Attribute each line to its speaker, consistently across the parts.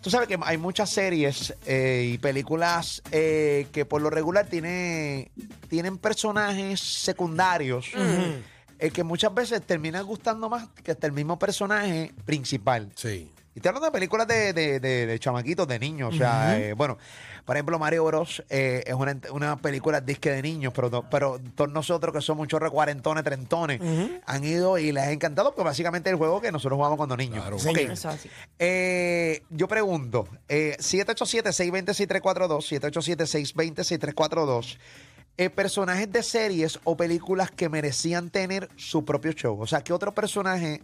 Speaker 1: Tú sabes que hay muchas series eh, y películas eh, que por lo regular tiene, tienen personajes secundarios eh, que muchas veces terminan gustando más que hasta el mismo personaje principal.
Speaker 2: Sí.
Speaker 1: Y te hablo de películas de, de- de- de chamaquitos, de niños. O sea, eh, bueno, por ejemplo, Mario Bros. eh, es una, ent- una película disque de niños, pero, to- pero todos nosotros que somos chorros cuarentones, trentones, han ido y les ha encantado porque básicamente es el juego que nosotros jugamos cuando niños.
Speaker 2: Claro.
Speaker 1: Ok.
Speaker 2: Señor.
Speaker 3: Eso así.
Speaker 1: Eh, yo pregunto, eh, 787-620-6342, 787-620-6342, eh, personajes de series o películas que merecían tener su propio show. O sea, ¿qué otro personaje?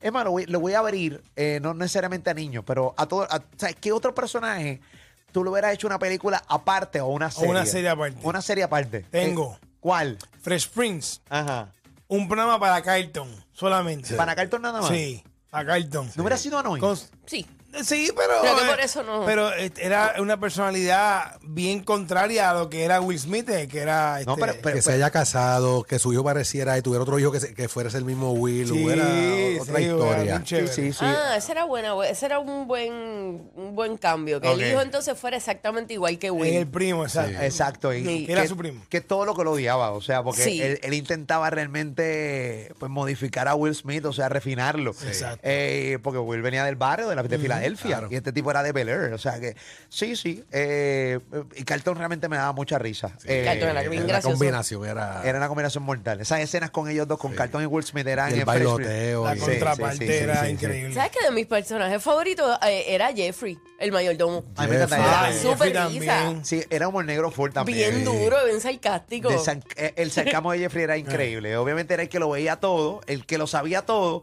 Speaker 1: Es más, lo voy, lo voy a abrir, eh, no necesariamente a niños, pero a todo, a- o sea, ¿qué otro personaje tú le hubieras hecho una película aparte o una serie?
Speaker 4: una serie aparte.
Speaker 1: Una serie aparte.
Speaker 4: Tengo.
Speaker 1: Eh, ¿Cuál?
Speaker 4: Fresh Prince,
Speaker 1: Ajá.
Speaker 4: un programa para Carlton, solamente.
Speaker 1: ¿Para Carlton nada más?
Speaker 4: Sí, para Carlton.
Speaker 1: ¿No hubiera sido Anoy?
Speaker 4: Con-
Speaker 3: Sí.
Speaker 4: Sí, pero.
Speaker 3: Creo que
Speaker 4: eh,
Speaker 3: por eso no.
Speaker 4: Pero eh, era una personalidad bien contraria a lo que era Will Smith, eh, que era.
Speaker 1: No,
Speaker 4: este,
Speaker 1: pero- pero-
Speaker 2: que se haya casado, que su hijo pareciera y tuviera otro hijo que, se- que fuera el mismo Will,
Speaker 4: Sí,
Speaker 2: hubiera
Speaker 4: sí,
Speaker 2: otra
Speaker 4: era
Speaker 2: historia.
Speaker 4: bien chévere.
Speaker 1: Sí, sí, sí.
Speaker 3: Ah, ese era buena, ese era un buen, un buen cambio. Que
Speaker 1: Ok.
Speaker 3: el hijo entonces fuera exactamente igual que
Speaker 4: Es
Speaker 3: Will.
Speaker 4: el primo, exacto.
Speaker 1: Exacto. Y,
Speaker 3: Sí.
Speaker 1: que-
Speaker 4: Era su primo.
Speaker 1: Que todo lo que lo odiaba, o sea, porque
Speaker 3: Sí.
Speaker 1: él, él intentaba realmente pues, modificar a Will Smith, o sea, refinarlo.
Speaker 4: Exacto.
Speaker 1: Eh, porque Will venía del barrio, de, la, de Filadelfia,
Speaker 2: claro.
Speaker 1: y este tipo era de Bel Air, o sea que sí, sí. eh, y Carlton realmente me daba mucha risa. Eh,
Speaker 3: Carlton era bien
Speaker 2: la
Speaker 3: gracioso.
Speaker 2: combinación era,
Speaker 1: Era una combinación mortal. Esas escenas con ellos dos, con Carlton y Will Smith, eran
Speaker 2: Y el
Speaker 1: en Fresh Prince.
Speaker 2: bailoteo.
Speaker 4: La
Speaker 2: y-
Speaker 1: sí,
Speaker 4: contraparte
Speaker 1: sí, sí,
Speaker 4: era
Speaker 2: sí, sí.
Speaker 4: increíble.
Speaker 3: ¿Sabes que de mis personajes favoritos eh, era Jeffrey, el mayordomo?
Speaker 1: A mí me encanta.
Speaker 2: Jeff.
Speaker 4: Ah,
Speaker 1: Era-
Speaker 4: Jeffrey
Speaker 3: Súper
Speaker 4: también.
Speaker 3: lisa.
Speaker 1: Sí, era humor negro full también.
Speaker 3: Bien
Speaker 2: Sí.
Speaker 3: duro, bien sarcástico.
Speaker 1: de San- eh, el sarcasmo de Jeffrey era increíble. Obviamente era el que lo veía todo, el que lo sabía todo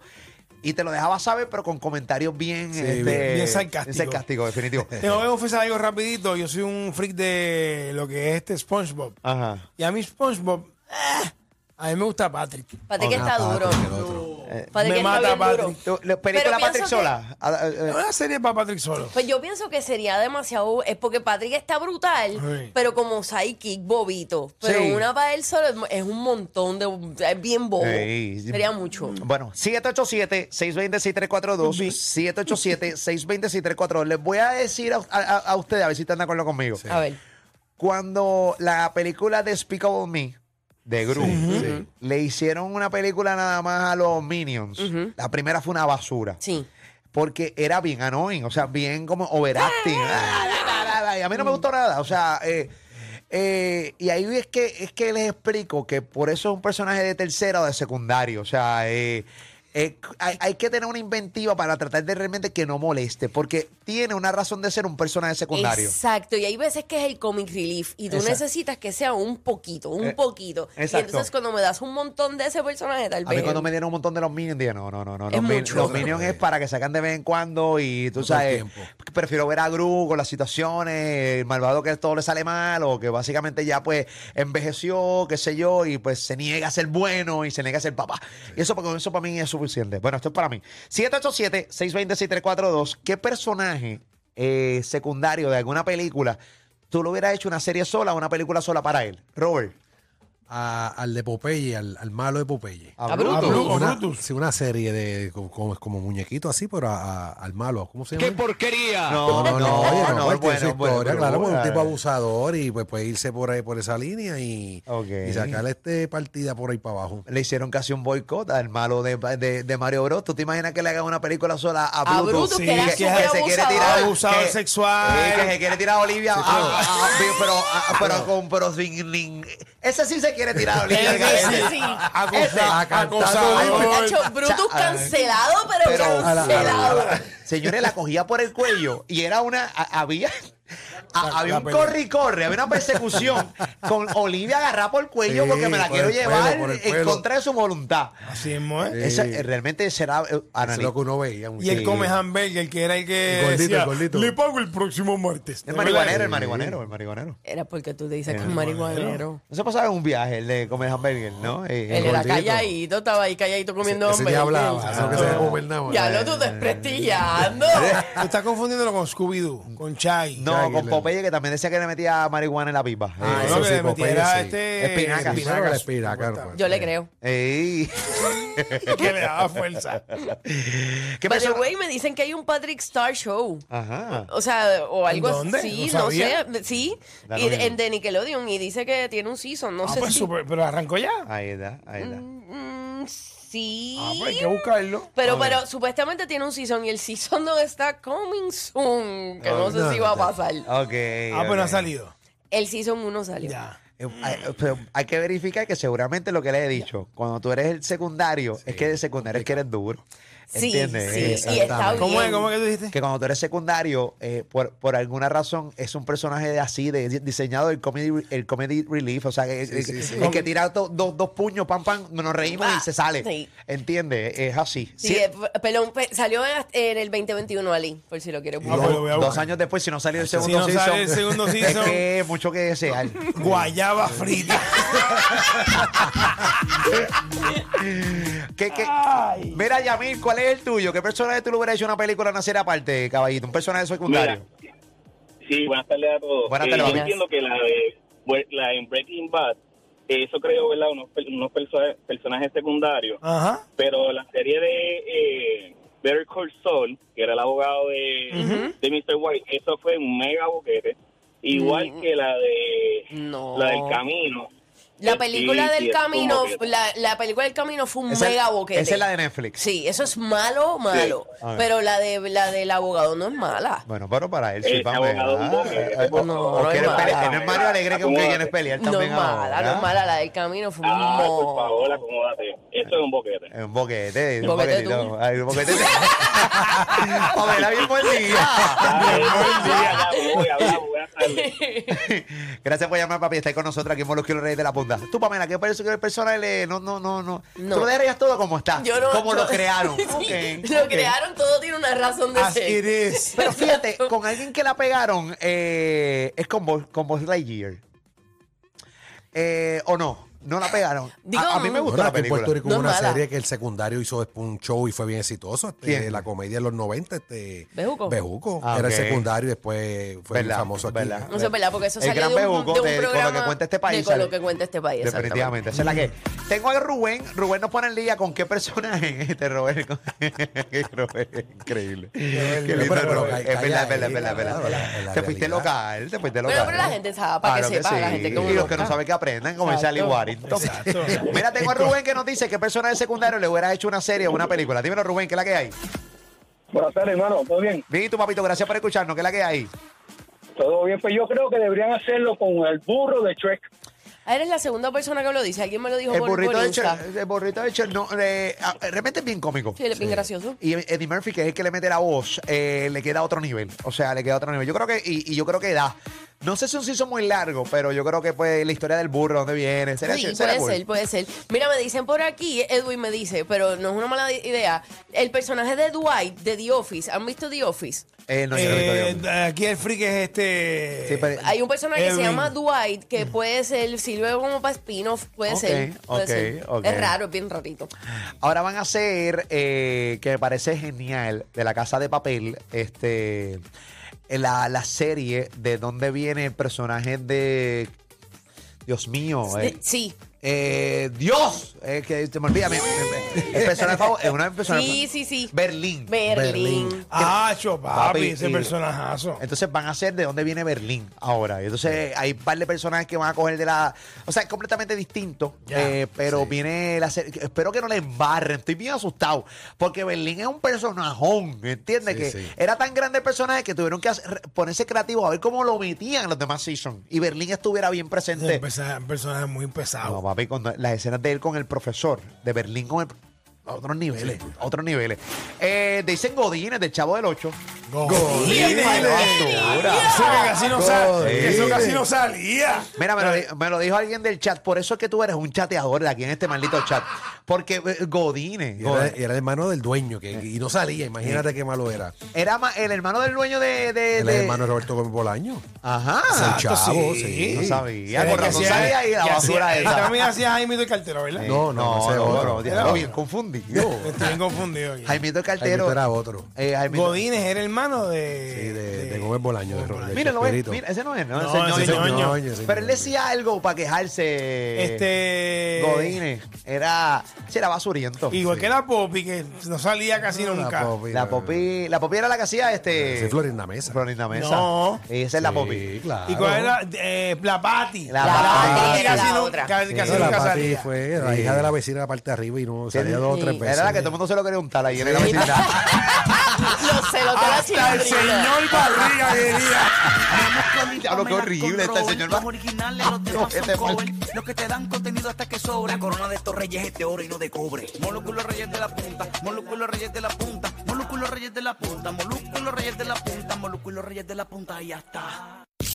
Speaker 1: y te lo dejaba saber, pero con comentarios bien, este,
Speaker 2: bien-
Speaker 4: bien sarcásticos.
Speaker 1: sarcásticos, definitivo.
Speaker 4: Tengo que confesar algo rapidito. Yo soy un freak de lo que es este SpongeBob.
Speaker 1: Ajá.
Speaker 4: Y a mí SpongeBob, ah, a mí me gusta Patrick.
Speaker 3: Patrick
Speaker 2: Ah,
Speaker 3: está
Speaker 2: Patrick,
Speaker 3: duro.
Speaker 2: el otro.
Speaker 3: Eh, Patrick
Speaker 4: Me
Speaker 3: está
Speaker 4: mata
Speaker 3: bien duro.
Speaker 4: Patrick.
Speaker 1: Tú, la película
Speaker 3: pienso
Speaker 1: Patrick
Speaker 3: que-
Speaker 1: Sola. ah, ah, eh,
Speaker 4: Una serie para Patrick solo.
Speaker 3: Pues yo pienso que sería demasiado. Es porque Patrick está brutal,
Speaker 4: Sí.
Speaker 3: pero como sidekick bobito. Pero
Speaker 1: Sí.
Speaker 3: una para él solo es- es un montón de. Es bien bobo.
Speaker 1: Ey.
Speaker 3: Oh, Sería mucho.
Speaker 1: Bueno, 787-620-6342. 787-620-6342. Les voy a decir a, a- a ustedes, a ver si están de acuerdo conmigo.
Speaker 3: A ver.
Speaker 1: Cuando la película Despicable Me de Gru
Speaker 2: sí.
Speaker 1: le hicieron una película nada más a los Minions, la primera fue una basura.
Speaker 3: Sí.
Speaker 1: porque era bien annoying, o sea, bien como overacting. Ah, la, la, la, la, y a mí no me gustó nada, o sea, eh, eh, y ahí es que es que les explico que por eso es un personaje de tercera o de secundario, o sea, eh, eh, hay, hay que tener una inventiva para tratar de realmente que no moleste, porque tiene una razón de ser un personaje secundario.
Speaker 3: Exacto, y hay veces que es el comic relief y tú
Speaker 1: Exacto.
Speaker 3: necesitas que sea un poquito, un
Speaker 1: Eh,
Speaker 3: poquito.
Speaker 1: exacto.
Speaker 3: Y entonces cuando me das un montón de ese personaje, tal
Speaker 1: A
Speaker 3: vez.
Speaker 1: mí cuando me dieron un montón de los Minions, dije, no, no, no, no.
Speaker 3: Es
Speaker 1: los, Min-
Speaker 3: mucho.
Speaker 1: los Minions es para que sacan de vez en cuando y tú sabes,
Speaker 2: tiempo.
Speaker 1: prefiero ver a Gru con las situaciones, el malvado que todo le sale mal o que básicamente ya pues envejeció, qué sé yo, y pues se niega a ser bueno y se niega a ser papá. Y eso, porque eso para mí es suficiente. Bueno, esto es para mí. 787-620-6342, ¿qué personaje eh, secundario de alguna película tú lo hubieras hecho una serie sola o una película sola para él? Robert.
Speaker 2: a- al de Popeye, al, al malo de Popeye.
Speaker 1: A
Speaker 3: Bruto.
Speaker 1: Bruto.
Speaker 4: Bruto.
Speaker 2: Una,
Speaker 4: Brutus.
Speaker 2: sí, una serie de como, como- como muñequito así, pero a- a- al malo. ¿Cómo se llama?
Speaker 5: ¡Qué porquería!
Speaker 2: No, no, no, oye, no,
Speaker 1: es bueno,
Speaker 2: él tiene su
Speaker 1: bueno,
Speaker 2: historia,
Speaker 1: pero
Speaker 2: claro, porque
Speaker 1: bueno.
Speaker 2: un tipo abusador y pues puede irse por ahí por esa línea y,
Speaker 1: Ok.
Speaker 2: y sacarle este partida por ahí para abajo.
Speaker 1: Le hicieron casi un boicot al malo de, de- de Mario Bros. ¿Tú te imaginas que le hagan una película sola a
Speaker 3: A
Speaker 1: Brutus?
Speaker 3: Brutus, que era
Speaker 1: que se
Speaker 3: súper
Speaker 1: quiere
Speaker 3: abusador.
Speaker 1: tirar
Speaker 4: Abusador
Speaker 1: que-
Speaker 4: sexual.
Speaker 1: sí, que se quiere tirar a Olivia, a- a- a- pero, a- pero con pero sin nin- ese sí se quiere tirar a Olivia.
Speaker 4: Ese
Speaker 1: ese.
Speaker 3: sí.
Speaker 4: Acosa-
Speaker 3: Este,
Speaker 1: Acosador.
Speaker 4: Acosador.
Speaker 3: Tacho, Brutus
Speaker 1: Cha-
Speaker 3: cancelado, pero,
Speaker 1: Pero-
Speaker 3: cancelado.
Speaker 1: Señores, la cogía por el cuello y era una. a- había. a-
Speaker 4: La-
Speaker 1: había
Speaker 4: la
Speaker 1: un
Speaker 4: pelea.
Speaker 1: corre y corre, había una persecución con Olivia agarrada por el cuello
Speaker 2: Sí,
Speaker 1: porque me la
Speaker 2: por
Speaker 1: quiero
Speaker 2: el pelo,
Speaker 1: llevar
Speaker 2: por el
Speaker 1: en
Speaker 2: pelo.
Speaker 1: contra de su voluntad.
Speaker 4: Así mismo, ¿eh?
Speaker 1: Eso, eh, realmente será. eh,
Speaker 2: Eso es
Speaker 1: analiz-
Speaker 2: lo que uno veía.
Speaker 4: Y el
Speaker 2: muchacho.
Speaker 4: come hamburger, que era el que.
Speaker 2: El gordito,
Speaker 4: decía,
Speaker 2: el gordito.
Speaker 4: Le pago el próximo martes.
Speaker 1: El
Speaker 4: ¿No
Speaker 1: marihuanero,
Speaker 4: verdad?
Speaker 1: el marihuanero, el marihuanero.
Speaker 3: Era porque tú te dices que es un marihuanero.
Speaker 1: No se pasaba en un viaje el de comer hamburger, ¿no? Eh,
Speaker 3: Él era
Speaker 2: gordito.
Speaker 3: calladito, estaba ahí calladito comiendo
Speaker 2: Ese
Speaker 3: hamburguesas.
Speaker 2: día hablaba, eso que
Speaker 1: Ah.
Speaker 2: se gobernaba.
Speaker 3: Ya lo tú desprestigiando.
Speaker 4: Tú estás confundiéndolo con Scooby-Doo, con Chai.
Speaker 1: no,
Speaker 2: Jagger,
Speaker 1: con
Speaker 2: el
Speaker 1: Popeye, que también decía que le metía marihuana en la pipa.
Speaker 2: Ah,
Speaker 1: Eh,
Speaker 2: eso
Speaker 4: Bueno, que
Speaker 2: sí,
Speaker 4: le
Speaker 2: Popeye,
Speaker 4: metiera
Speaker 2: sí.
Speaker 4: este-
Speaker 1: Espinacas.
Speaker 2: Espinacas,
Speaker 4: espinacas,
Speaker 2: espinacas,
Speaker 4: supuestamente.
Speaker 2: pues.
Speaker 3: Yo le creo.
Speaker 1: ey.
Speaker 4: que le daba fuerza.
Speaker 1: ¿Qué
Speaker 3: By the
Speaker 1: persona-
Speaker 3: way, me dicen que hay un Patrick Star Show.
Speaker 1: Ajá.
Speaker 3: O sea, o algo
Speaker 4: dónde?
Speaker 3: así,
Speaker 4: No
Speaker 3: no,
Speaker 4: sabía.
Speaker 3: sé, sí,
Speaker 1: Da
Speaker 3: y
Speaker 1: lo
Speaker 3: de-
Speaker 1: mismo.
Speaker 3: en de Nickelodeon y dice que tiene un season, no
Speaker 4: Ah,
Speaker 3: sé
Speaker 4: pues
Speaker 3: si
Speaker 4: super- pero arrancó ya.
Speaker 1: Ahí está, ahí está.
Speaker 3: Mm, sí.
Speaker 4: Ah, pues hay que buscarlo.
Speaker 3: pero
Speaker 1: A ver.
Speaker 3: pero supuestamente tiene un season y el season no está coming soon, que no, sé
Speaker 2: no,
Speaker 3: si va a
Speaker 2: no.
Speaker 3: pasar.
Speaker 1: Ok.
Speaker 4: Ah, pero
Speaker 1: ok.
Speaker 4: no ha salido.
Speaker 3: El season 1 salió.
Speaker 4: Ya.
Speaker 1: Eh, Hay, eh, pero hay que verificar que seguramente lo que le he dicho, cuando tú eres el secundario, es que de secundario es que eres duro.
Speaker 3: Sí,
Speaker 1: ¿Entiendes?
Speaker 3: sí,
Speaker 1: Eh,
Speaker 3: y está
Speaker 2: Exactamente.
Speaker 3: bien.
Speaker 4: ¿Cómo es? ¿Cómo es que tú dijiste?
Speaker 1: Que cuando tú eres secundario, eh, por, por alguna razón, es un personaje de así, de, diseñado del comedy, el comedy relief. O sea, que- el,
Speaker 2: sí, sí.
Speaker 1: el que tira do- dos- dos puños, pam, pam, nos reímos y se sale.
Speaker 3: Ah, Sí.
Speaker 1: ¿Entiendes? Es así.
Speaker 3: Sí,
Speaker 1: Sí,
Speaker 3: eh, p- pelón, pe- salió en, en el 2021 Ali, por si lo quieres
Speaker 1: dos,
Speaker 4: Ah, pues lo
Speaker 3: buscar.
Speaker 4: voy a
Speaker 1: dos
Speaker 4: buscar.
Speaker 1: años después, si no salió el
Speaker 4: no
Speaker 1: segundo
Speaker 4: sale
Speaker 1: season,
Speaker 4: el segundo season.
Speaker 1: es que mucho que desear.
Speaker 4: Guayaba frita.
Speaker 1: ¿Qué, qué? Mira, Yamil, ¿cuál es el tuyo? ¿Qué personaje tú le hubieras hecho una película nacer aparte, caballito? Un personaje secundario.
Speaker 5: Mira, sí, buenas tardes a todos.
Speaker 1: Buenas
Speaker 5: Eh,
Speaker 1: tardes.
Speaker 5: yo entiendo que la de bue- la en Breaking Bad, eh, eso creo, ¿verdad? Unos, per- unos perso- personajes secundarios.
Speaker 4: Ajá.
Speaker 5: Pero la serie de eh, Better Call Saul, que era el abogado de, de Mr. White, eso fue un mega boquete. Igual que la de
Speaker 3: No.
Speaker 5: la del camino.
Speaker 3: La
Speaker 5: Sí,
Speaker 3: película
Speaker 5: sí,
Speaker 3: del
Speaker 5: es un
Speaker 3: camino,
Speaker 5: boquete.
Speaker 3: la, la película del camino fue un
Speaker 1: Esa-
Speaker 3: mega boquete.
Speaker 1: Esa es la de Netflix.
Speaker 3: Sí, eso es malo, malo.
Speaker 1: A ver.
Speaker 3: Pero la de la del abogogado no es mala.
Speaker 1: Bueno, pero para él, sí,
Speaker 5: Ese
Speaker 1: para
Speaker 5: Eh,
Speaker 1: Eh,
Speaker 5: abogado es un boquete.
Speaker 1: ver.
Speaker 3: No, no es mala.
Speaker 1: es Mario Alegre que un que viene a pelear
Speaker 3: No es
Speaker 1: también
Speaker 3: mala, no
Speaker 1: ahora.
Speaker 3: es mala. La del camino fue un
Speaker 5: Ah,
Speaker 3: mo-
Speaker 5: por favor, acomódate. Eso es un boquete.
Speaker 1: Es Un boquete, un
Speaker 3: Boquete
Speaker 1: boquetito.
Speaker 3: tú.
Speaker 1: Ay, un boquete. Para ver, bien buen día.
Speaker 5: Ay, ya voy, hablamos, buenas tardes.
Speaker 1: Gracias por llamar, papi. Estáis con nosotros aquí en Los Kilos Reyes de la Punta. Tú, Pamela, ¿qué parece que el personaje le... No, no, no, no.
Speaker 3: No.
Speaker 1: Tú lo dejarías todo como está.
Speaker 3: Yo no-
Speaker 1: como
Speaker 3: yo-
Speaker 1: lo crearon.
Speaker 3: Sí,
Speaker 1: Ok,
Speaker 3: Lo
Speaker 1: ok.
Speaker 3: crearon, todo tiene una razón de
Speaker 4: As it
Speaker 3: ser.
Speaker 4: is.
Speaker 1: Pero fíjate, con alguien que la pegaron eh, es con vos, con Buzz Lightyear. Eh, ¿O no? No la pegaron.
Speaker 3: Digo,
Speaker 1: a, a mí me
Speaker 3: no.
Speaker 1: gustó
Speaker 2: Bueno,
Speaker 1: la
Speaker 2: aquí en Puerto
Speaker 1: película.
Speaker 2: Rico
Speaker 3: No
Speaker 2: hubo
Speaker 3: es
Speaker 2: una
Speaker 3: mala.
Speaker 2: serie que el secundario hizo un show y fue bien exitoso. este,
Speaker 1: ¿Quién?
Speaker 2: La comedia de los 90. Este,
Speaker 3: ¿Bejuco?
Speaker 1: Ah,
Speaker 2: Era
Speaker 1: ok.
Speaker 2: el secundario y después fue bien
Speaker 1: ¿Verdad?
Speaker 2: famoso aquí.
Speaker 1: ¿Verdad?
Speaker 3: No sé, ¿verdad? Porque eso
Speaker 1: El
Speaker 3: salió
Speaker 1: gran
Speaker 3: de un,
Speaker 1: bejuco
Speaker 3: de un
Speaker 1: de- con lo que
Speaker 3: programa
Speaker 1: cuenta este país,
Speaker 3: de con
Speaker 1: sale.
Speaker 3: lo que cuenta este país.
Speaker 1: Definitivamente. Esa es la que. Tengo a Rubén. Rubén nos pone el día con qué personaje este Robert. con- Robert, increíble. Qué lindo,
Speaker 2: pero, pero,
Speaker 1: Rubén.
Speaker 2: calla,
Speaker 1: Es verdad, es verdad, es verdad,
Speaker 2: calla,
Speaker 1: es
Speaker 2: calla, la-
Speaker 1: verdad.
Speaker 2: la
Speaker 1: Te fuiste
Speaker 2: realidad.
Speaker 1: local, te fuiste
Speaker 3: Pero-
Speaker 1: local.
Speaker 3: pero la gente sabe, para que
Speaker 1: Claro
Speaker 3: sepa, la gente que uno
Speaker 1: Y los que
Speaker 3: loca.
Speaker 1: no saben que aprendan, como dice
Speaker 3: Exacto.
Speaker 1: Ali Warrington.
Speaker 4: Exacto.
Speaker 1: Mira, tengo a Rubén que nos dice qué personaje secundario le hubieras hecho una serie o una película. Dímelo, Rubén, ¿qué es la que hay?
Speaker 6: Buenas tardes, hermano. ¿Todo bien?
Speaker 1: Bien, y tú, papito, gracias por escucharnos. ¿Qué es la que hay?
Speaker 6: Todo bien, pues yo creo que deberían hacerlo con el burro de Shrek.
Speaker 3: Ah, eres la segunda persona que me lo dice. Alguien me lo dijo
Speaker 1: El
Speaker 3: por,
Speaker 1: burrito,
Speaker 3: por
Speaker 1: de
Speaker 3: Insta.
Speaker 1: Cher- el burrito de Cher- no, eh, ah, realmente es bien cómico.
Speaker 3: Sí, él es bien gracioso.
Speaker 1: Y Eddie Murphy, que es el que le mete la voz, eh, le queda otro nivel. O sea, le queda otro nivel. Yo creo que, y, y yo creo que da. No sé si un season muy largo, pero yo creo que pues la historia del burro, dónde viene, sería,
Speaker 3: Sí,
Speaker 1: sería
Speaker 3: puede
Speaker 1: cool.
Speaker 3: ser, puede ser. Mira, me dicen por aquí, Edwin me dice, pero no es una mala idea. El personaje de Dwight de The Office, ¿han visto The Office?
Speaker 1: Eh, no, yo no he visto
Speaker 4: Eh,
Speaker 1: Dios mío.
Speaker 4: aquí el freak es este.
Speaker 1: Sí, pero-
Speaker 3: Hay un personaje que se
Speaker 4: Edwin.
Speaker 3: llama Dwight que puede ser, sirve como para spin-off, puede
Speaker 1: Ok,
Speaker 3: ser. puede
Speaker 1: ok,
Speaker 3: ser.
Speaker 1: ok.
Speaker 3: Es raro, es bien rarito.
Speaker 1: Ahora van a hacer, eh, que me parece genial, de la casa de papel, este la, la serie de dónde viene el personaje de. Dios mío. eh.
Speaker 3: Sí,
Speaker 1: Eh, Dios, es que se me olvida. me- me- me- el personaje favor- es una persona.
Speaker 3: sí, sí, sí.
Speaker 1: Berlín.
Speaker 3: Berlín.
Speaker 2: Berlín.
Speaker 4: Ah, cho,
Speaker 1: Papi,
Speaker 4: papi, ese
Speaker 1: y-
Speaker 4: personajazo.
Speaker 1: Entonces van a ser de dónde viene Berlín ahora. Y Entonces hay un par de personajes que van a coger de la. O sea, es completamente distinto.
Speaker 4: Ya,
Speaker 1: eh, pero
Speaker 2: sí.
Speaker 1: viene la serie. Espero que no le embarren. Estoy bien asustado. Porque Berlín es un personajón. ¿Entiendes?
Speaker 2: Sí,
Speaker 1: que
Speaker 2: sí.
Speaker 1: era tan grande el personaje que tuvieron que hacer- ponerse creativos a ver cómo lo metían en los demás seasons. Y Berlín estuviera bien presente.
Speaker 4: Un personaje, un personaje muy
Speaker 1: No,
Speaker 4: pesado.
Speaker 1: papi, cuando las escenas de él con el profesor, de Berlín con el. a Otros niveles, a otros niveles. Eh, dicen Godines del Chavo del 8.
Speaker 4: Godínez. Eso que casi no sal- que eso casi no salía.
Speaker 1: Mira, me lo, di- me lo dijo alguien del chat, por eso es que tú eres un chateador de aquí en este maldito chat. Porque eh, Godínez,
Speaker 2: Y
Speaker 1: Godínez.
Speaker 2: era, y era el hermano del dueño que, y no salía. Imagínate qué malo era.
Speaker 1: Era ma- el hermano del dueño de. de-
Speaker 2: El
Speaker 1: de-
Speaker 2: hermano de Roberto Gómez Bolaño.
Speaker 1: Ajá.
Speaker 2: Ah,
Speaker 4: Exacto,
Speaker 2: chavo, sí.
Speaker 1: No sabía,
Speaker 4: Era
Speaker 1: con
Speaker 4: que
Speaker 1: razón
Speaker 4: hacía-
Speaker 1: salía ahí la
Speaker 4: que
Speaker 1: basura
Speaker 4: hacía-
Speaker 1: esa.
Speaker 4: También hacía Jaime del Cartero, ¿verdad?
Speaker 2: No. ese
Speaker 1: no,
Speaker 2: otro.
Speaker 1: no,
Speaker 4: Era
Speaker 1: no,
Speaker 4: otro.
Speaker 1: bien confundido.
Speaker 4: Estoy bien confundido aquí.
Speaker 1: Jaimito el
Speaker 2: Jaimito
Speaker 1: Cartero.
Speaker 2: era otro.
Speaker 1: eh, Jaimito-
Speaker 4: Godínez era hermano de.
Speaker 2: Sí, de- de
Speaker 4: de-
Speaker 2: Gómez Rubén Bolaño. de Ro- de
Speaker 1: Mira, no es,
Speaker 2: Chespirito.
Speaker 1: mira, ese no es, no,
Speaker 4: No,
Speaker 1: ese no
Speaker 4: ese
Speaker 1: es.
Speaker 4: no es ñoño.
Speaker 2: ese
Speaker 1: Pero él
Speaker 2: ñoño.
Speaker 1: decía algo para quejarse.
Speaker 4: Este.
Speaker 1: Godínez. Era. Sí, era basuriento.
Speaker 4: Igual que la Poppy, que no salía casi
Speaker 2: Ah, La
Speaker 4: nunca.
Speaker 2: popi,
Speaker 1: La popi. La popi era la que hacía este.
Speaker 2: Sí, Florinda Mesa.
Speaker 1: Florinda Mesa.
Speaker 4: No.
Speaker 1: Esa es la
Speaker 2: Sí,
Speaker 1: popi.
Speaker 2: claro.
Speaker 4: ¿Y cuál era? Eh, la Patty.
Speaker 1: La
Speaker 3: Patty,
Speaker 4: Patty
Speaker 3: era
Speaker 4: casi
Speaker 3: la
Speaker 4: no-
Speaker 3: otra.
Speaker 4: casi- casi
Speaker 2: No, la
Speaker 4: nunca
Speaker 2: Pati
Speaker 4: salía.
Speaker 2: fue la
Speaker 1: Sí.
Speaker 2: hija de la vecina de la parte de arriba y no salía dos o
Speaker 3: Sí.
Speaker 2: tres veces.
Speaker 1: Era la que todo el mundo se lo quería untar ahí en la vecindad.
Speaker 3: Lo sé, lo que era
Speaker 4: Hasta el
Speaker 3: chilindrina.
Speaker 4: señor Barriga diría.
Speaker 1: Diablo, Ah, qué horrible este señor.
Speaker 7: Los originales, los demás
Speaker 1: Este
Speaker 7: son
Speaker 1: mal-
Speaker 7: cover. Los que te dan contenido hasta que sobra. La corona de estos reyes es de oro y no de cobre. Molúsculos reyes de la punta. Molúsculos reyes de la punta. Molúsculos reyes de la punta. Molúsculos reyes de la punta. Molúsculos reyes de la punta. Y ya está.